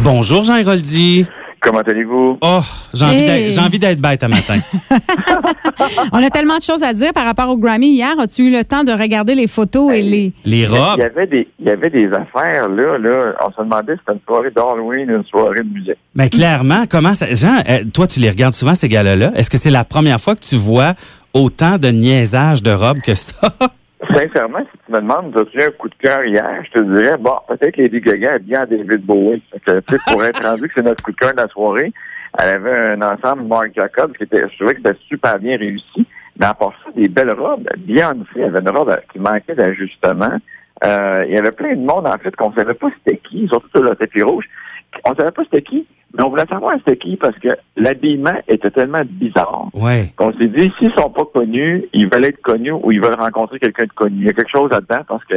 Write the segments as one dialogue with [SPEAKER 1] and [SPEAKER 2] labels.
[SPEAKER 1] Bonjour Jean Héroldi.
[SPEAKER 2] Comment allez-vous?
[SPEAKER 1] Oh, j'ai envie
[SPEAKER 3] Hey.
[SPEAKER 1] d'être- j'ai envie d'être bête à matin.
[SPEAKER 3] On a tellement de choses à dire par rapport au Grammy hier. As-tu eu le temps de regarder les photos et les.
[SPEAKER 1] Les
[SPEAKER 2] Il y a- il
[SPEAKER 1] robes.
[SPEAKER 2] y avait des, il y avait des affaires là, là. On se demandait si c'était une soirée d'Halloween ou une soirée de musique.
[SPEAKER 1] Mais clairement, comment ça. Jean, euh, toi, tu les regardes souvent, ces gars-là. Est-ce que c'est la première fois que tu vois autant de niaisages de robes que ça?
[SPEAKER 2] Sincèrement, si tu me demandes, as-tu eu un coup de cœur hier, je te dirais, bon, peut-être Lady Gaga est bien à David Bowie. Fait que, tu sais, pour être rendu que c'est notre coup de cœur de la soirée, elle avait un ensemble Marc Jacobs qui était, je trouvais que c'était super bien réussi. Mais à part ça, des belles robes. Beyoncé avait une robe qui manquait d'ajustement. Euh, il y avait plein de monde, en fait, qu'on savait pas c'était qui, surtout sur le tapis rouge. On savait pas c'était qui, mais on voulait savoir c'était qui parce que l'habillement était tellement bizarre.
[SPEAKER 1] Ouais.
[SPEAKER 2] On s'est dit, s'ils sont pas connus, ils veulent être connus ou ils veulent rencontrer quelqu'un de connu. Il y a quelque chose là-dedans parce que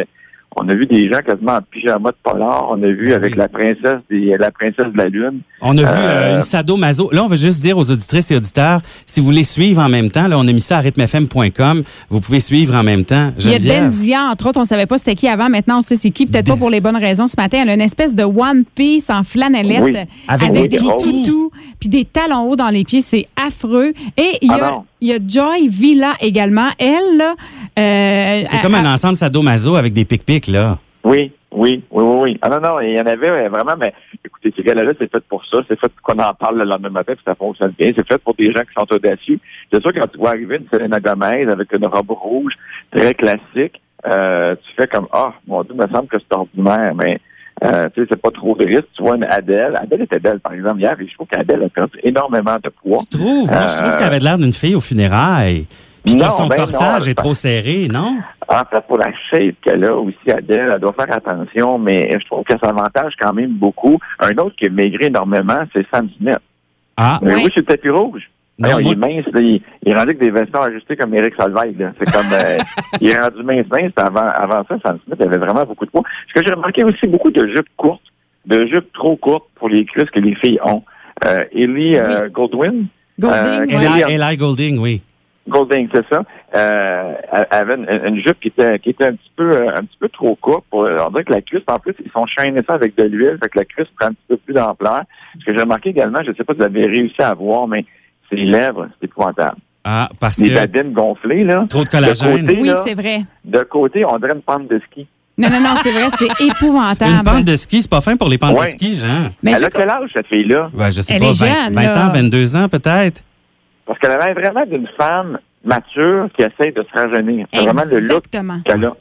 [SPEAKER 2] on a vu des gens quasiment en pyjama de polar. On a vu avec
[SPEAKER 1] oui.
[SPEAKER 2] la princesse des, la princesse de la lune.
[SPEAKER 1] On a vu
[SPEAKER 2] Euh,
[SPEAKER 1] euh, une sadomaso. Là, on veut juste dire aux auditrices et auditeurs, si vous les suivre en même temps, là, on a mis ça à rythmefm.com. Vous pouvez suivre en même temps.
[SPEAKER 3] Il y a Ben
[SPEAKER 1] Geneviève.
[SPEAKER 3] Dian, entre autres, on savait pas c'était qui avant, maintenant on sait c'est qui, peut-être
[SPEAKER 1] Ben-
[SPEAKER 3] pas pour les bonnes raisons ce matin. Elle a une espèce de One Piece en flanellette
[SPEAKER 2] Oui,
[SPEAKER 1] avec
[SPEAKER 3] avec,
[SPEAKER 2] des
[SPEAKER 3] des
[SPEAKER 2] roses.
[SPEAKER 3] toutous, puis des talons hauts dans les pieds, c'est affreux. Et il y,
[SPEAKER 2] Ah
[SPEAKER 3] a,
[SPEAKER 2] non.
[SPEAKER 3] il y a Joy Villa également, elle, là. euh,
[SPEAKER 1] C'est
[SPEAKER 3] elle-
[SPEAKER 1] comme
[SPEAKER 3] elle-
[SPEAKER 1] un ensemble sadomaso avec des pic-pics, là.
[SPEAKER 2] Oui, oui, oui, oui, oui. Ah non, non, il y en avait euh, vraiment, mais écoutez, ces gars-là, c'est fait pour ça. C'est fait pour qu'on en parle le lendemain matin, puis ça fonctionne bien. C'est fait pour des gens qui sont audacieux. C'est sûr, quand tu vois arriver une Selena Gomez avec une robe rouge très classique, euh, tu fais comme, ah, mon Dieu, il me semble que c'est ordinaire, mais euh, tu sais, c'est pas trop de risque. Tu vois une Adèle. Adèle était belle, par exemple, hier, et je trouve qu'Adèle a perdu énormément de poids.
[SPEAKER 1] Tu trouves? Moi, je trouve
[SPEAKER 2] Euh,
[SPEAKER 1] qu'elle avait l'air d'une fille aux funérailles. Puis que
[SPEAKER 2] non,
[SPEAKER 1] son
[SPEAKER 2] ben non,
[SPEAKER 1] corsage
[SPEAKER 2] elle-
[SPEAKER 1] est trop serré, non?
[SPEAKER 2] En fait, Ah, pour la shape qu'elle a aussi, Adèle, elle doit faire attention, mais je trouve qu'elle s'avantage quand même beaucoup. Un autre qui a maigri énormément, c'est Sam Smith.
[SPEAKER 1] Ah,
[SPEAKER 2] Mais
[SPEAKER 3] Ouais.
[SPEAKER 2] oui, c'est le tapis rouge.
[SPEAKER 1] Non,
[SPEAKER 2] Alors, il
[SPEAKER 1] moi-
[SPEAKER 2] est mince, là, il, il est rendu avec des vestons ajustés comme Eric Salveig. là. C'est comme euh, il est rendu mince mince. puis Avant, avant ça, Sam Smith avait vraiment beaucoup de poids. Ce que j'ai remarqué aussi, beaucoup de jupes courtes, de jupes trop courtes pour les cuisses que les filles ont. Euh, Ellie euh, Goldwyn,
[SPEAKER 3] Golding,
[SPEAKER 2] Euh,
[SPEAKER 3] ouais.
[SPEAKER 2] elle-
[SPEAKER 1] Eli,
[SPEAKER 2] William.
[SPEAKER 1] Eli Golding, oui.
[SPEAKER 2] Golding, c'est ça. Euh, elle avait une, une jupe qui était, qui était un petit peu, euh, un petit peu trop courte. Pour, euh, on dirait que la cuisse, en plus, ils sont chaînés ça avec de l'huile, fait que la cuisse prend un petit peu plus d'ampleur. Ce que j'ai remarqué également, je ne sais pas si vous avez réussi à voir, mais ses lèvres, c'est épouvantable.
[SPEAKER 1] Ah, parce
[SPEAKER 2] Les
[SPEAKER 1] que
[SPEAKER 2] babines gonflées, là.
[SPEAKER 1] trop de collagène.
[SPEAKER 2] côté.
[SPEAKER 3] Oui,
[SPEAKER 2] là.
[SPEAKER 3] c'est vrai.
[SPEAKER 2] De côté, on dirait une pente de ski.
[SPEAKER 3] Non, non, non, c'est vrai, c'est
[SPEAKER 1] Une pente
[SPEAKER 3] épouvantable.
[SPEAKER 1] de ski, c'est pas fin pour les pentes
[SPEAKER 2] Ouais.
[SPEAKER 1] de ski, Jean.
[SPEAKER 3] Mais
[SPEAKER 2] elle
[SPEAKER 3] je-
[SPEAKER 2] a quel âge, cette fille-là?
[SPEAKER 1] Ouais, je sais
[SPEAKER 3] Elle
[SPEAKER 1] pas,
[SPEAKER 3] est
[SPEAKER 1] 20,
[SPEAKER 3] jeune,
[SPEAKER 1] 20
[SPEAKER 3] là.
[SPEAKER 1] ans, 22 ans peut-être.
[SPEAKER 2] Parce qu'elle avait vraiment d'une femme mature qui essaie de se rajeunir. C'est vraiment le look
[SPEAKER 3] Exactement.
[SPEAKER 2] qu'elle a.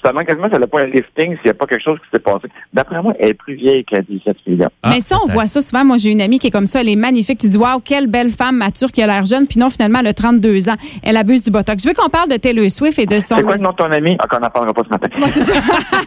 [SPEAKER 2] Finalement, quasiment, ça n'a pas un lifting s'il n'y a pas quelque chose qui s'est passé. D'après moi, elle est plus vieille qu'elle dit, cette fille-là.
[SPEAKER 1] Ah,
[SPEAKER 3] mais ça, on
[SPEAKER 1] peut-être.
[SPEAKER 3] voit ça souvent. Moi, j'ai une amie qui est comme ça. Elle est magnifique. Tu dis, waouh, quelle belle femme mature qui a l'air jeune. Puis non, finalement, elle a 32 ans. Elle abuse du botox. Je veux qu'on parle de Taylor Swift et de son.
[SPEAKER 2] C'est quoi le nom de ton ami? Ah, qu'on n'en parlera pas ce matin.
[SPEAKER 3] Moi, c'est ça.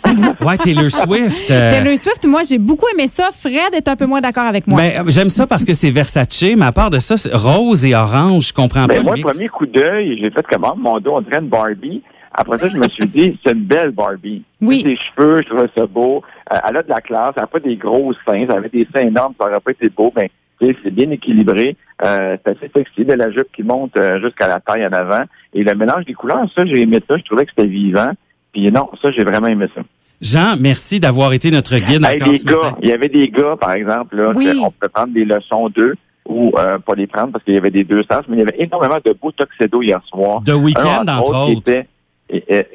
[SPEAKER 1] Euh. Ouais, Taylor Swift. euh,
[SPEAKER 3] Taylor Swift, moi, j'ai beaucoup aimé ça. Fred est un peu moins d'accord avec moi.
[SPEAKER 1] ben, euh, j'aime ça parce que c'est Versace, mais à part de ça, c'est rose et orange, je comprends pas.
[SPEAKER 2] Ben,
[SPEAKER 1] le
[SPEAKER 2] moi, le
[SPEAKER 1] mix.
[SPEAKER 2] premier coup d'œil, j'ai fait comme, Ah, mon dos, on dirait une Barbie. Après ça, je me suis dit, c'est une belle Barbie.
[SPEAKER 3] Oui.
[SPEAKER 2] Ses cheveux, je trouvais ça beau. Euh, elle a de la classe, elle n'a pas des grosses seins, elle avait des seins énormes, ça aurait pas été beau, mais tu sais, c'est bien équilibré. Euh, c'est assez sexy, de la jupe qui monte euh, jusqu'à la taille en avant. Et le mélange des couleurs, ça, j'ai aimé ça, je trouvais que c'était vivant. Puis non, ça, j'ai vraiment aimé ça.
[SPEAKER 1] Jean, merci d'avoir été notre guide
[SPEAKER 2] Hey,
[SPEAKER 1] encore
[SPEAKER 2] les
[SPEAKER 1] ce
[SPEAKER 2] gars,
[SPEAKER 1] matin.
[SPEAKER 2] il y avait des gars, par exemple, là,
[SPEAKER 3] Oui.
[SPEAKER 2] on peut prendre des leçons d'eux ou euh, pas les prendre parce qu'il y avait des deux sens, mais il y avait énormément de beaux toxedos hier soir.
[SPEAKER 1] De week-end,
[SPEAKER 2] Un,
[SPEAKER 1] entre
[SPEAKER 2] qui
[SPEAKER 1] autres.
[SPEAKER 2] Était, et- et-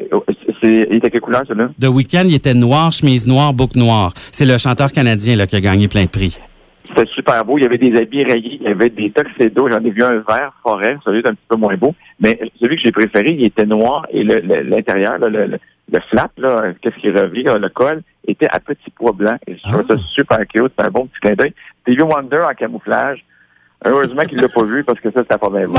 [SPEAKER 2] c'est- il était quelle couleur, celui-là?
[SPEAKER 1] De week-end, il était noir, chemise noire, boucle noire. C'est le chanteur canadien là, qui a gagné plein de prix.
[SPEAKER 2] C'était super beau. Il y avait des habits rayés, il y avait des tuxedos. J'en ai vu un vert forêt, celui est un petit peu moins beau. Mais celui que j'ai préféré, il était noir et le- le- l'intérieur, là, le, le, le flap, là, qu'est-ce qui revient, là, le col, était à petit pois blanc. Et je trouvais
[SPEAKER 1] Ah.
[SPEAKER 2] ça super cute. C'était un bon petit clin d'œil. Stevie Wonder en camouflage. Heureusement qu'il l'a pas vu parce que ça, c'était pas bien beau.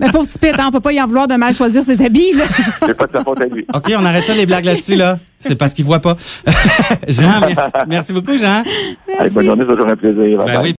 [SPEAKER 3] Mais pour petit pète, hein, on peut pas y en vouloir de mal choisir ses habits. là.
[SPEAKER 2] C'est pas de sa faute à lui.
[SPEAKER 1] OK, on arrête ça, les blagues là-dessus, là. C'est parce qu'il voit pas. Jean, merci, merci beaucoup, Jean.
[SPEAKER 2] Allez, bonne journée, c'est toujours un plaisir. Bye
[SPEAKER 1] Ben
[SPEAKER 2] bye.
[SPEAKER 1] oui,